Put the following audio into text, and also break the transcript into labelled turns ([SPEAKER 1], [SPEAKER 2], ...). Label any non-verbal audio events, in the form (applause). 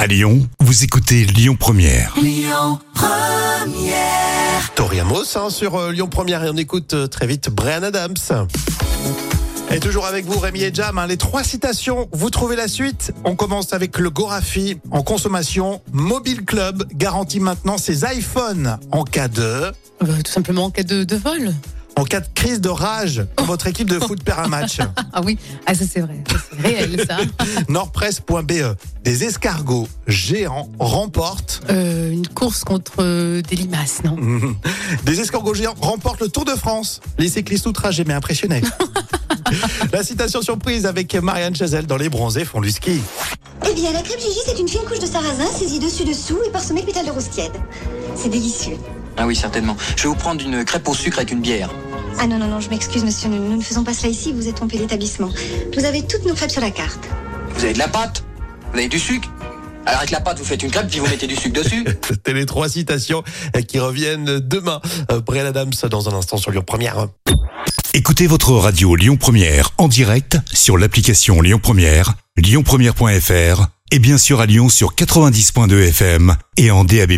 [SPEAKER 1] À Lyon, vous écoutez Lyon Première.
[SPEAKER 2] Tori Amos hein, sur euh, Lyon Première et on écoute euh, très vite Brian Adams. Et toujours avec vous Rémi et Jam, hein, les trois citations, vous trouvez la suite. On commence avec le Gorafi en consommation. Mobile Club garantit maintenant ses iPhones en cas de...
[SPEAKER 3] Bah, tout simplement en cas de, de vol.
[SPEAKER 2] En cas de crise de rage, quand votre équipe de foot perd un (laughs) match.
[SPEAKER 3] Ah oui, ah, ça c'est vrai. Ça, C'est réel ça.
[SPEAKER 2] Nordpresse.be. E. Des escargots géants remportent...
[SPEAKER 3] (laughs) Euh, une course contre euh, des limaces, non
[SPEAKER 2] (laughs) Des escargots géants remportent le Tour de France. Les cyclistes outragés mais impressionnés. La citation surprise avec Marianne Chazelle dans Les Bronzés font du ski.
[SPEAKER 4] Eh bien, la crêpe Gigi, c'est une fine couche de sarrasin saisie dessus-dessous et parsemée de pétales de rose tiède. C'est délicieux.
[SPEAKER 5] Ah oui, certainement. Je vais vous prendre une crêpe au sucre avec une bière.
[SPEAKER 4] Ah non, non, non, je m'excuse, monsieur, nous, nous ne faisons pas cela ici, vous êtes trompé d'établissement. Vous avez toutes nos crêpes sur la carte.
[SPEAKER 5] Vous avez de la pâte Vous avez du sucre Alors avec la pâte, vous faites une crêpe, puis vous mettez du sucre dessus
[SPEAKER 2] C'était les trois citations qui reviennent demain. Euh, Brian Adams dans un instant sur Lyon Première.
[SPEAKER 1] Écoutez votre radio Lyon Première en direct sur l'application Lyon Première, lyonpremière.fr et bien sûr à Lyon sur 90.2 FM et en DAB+.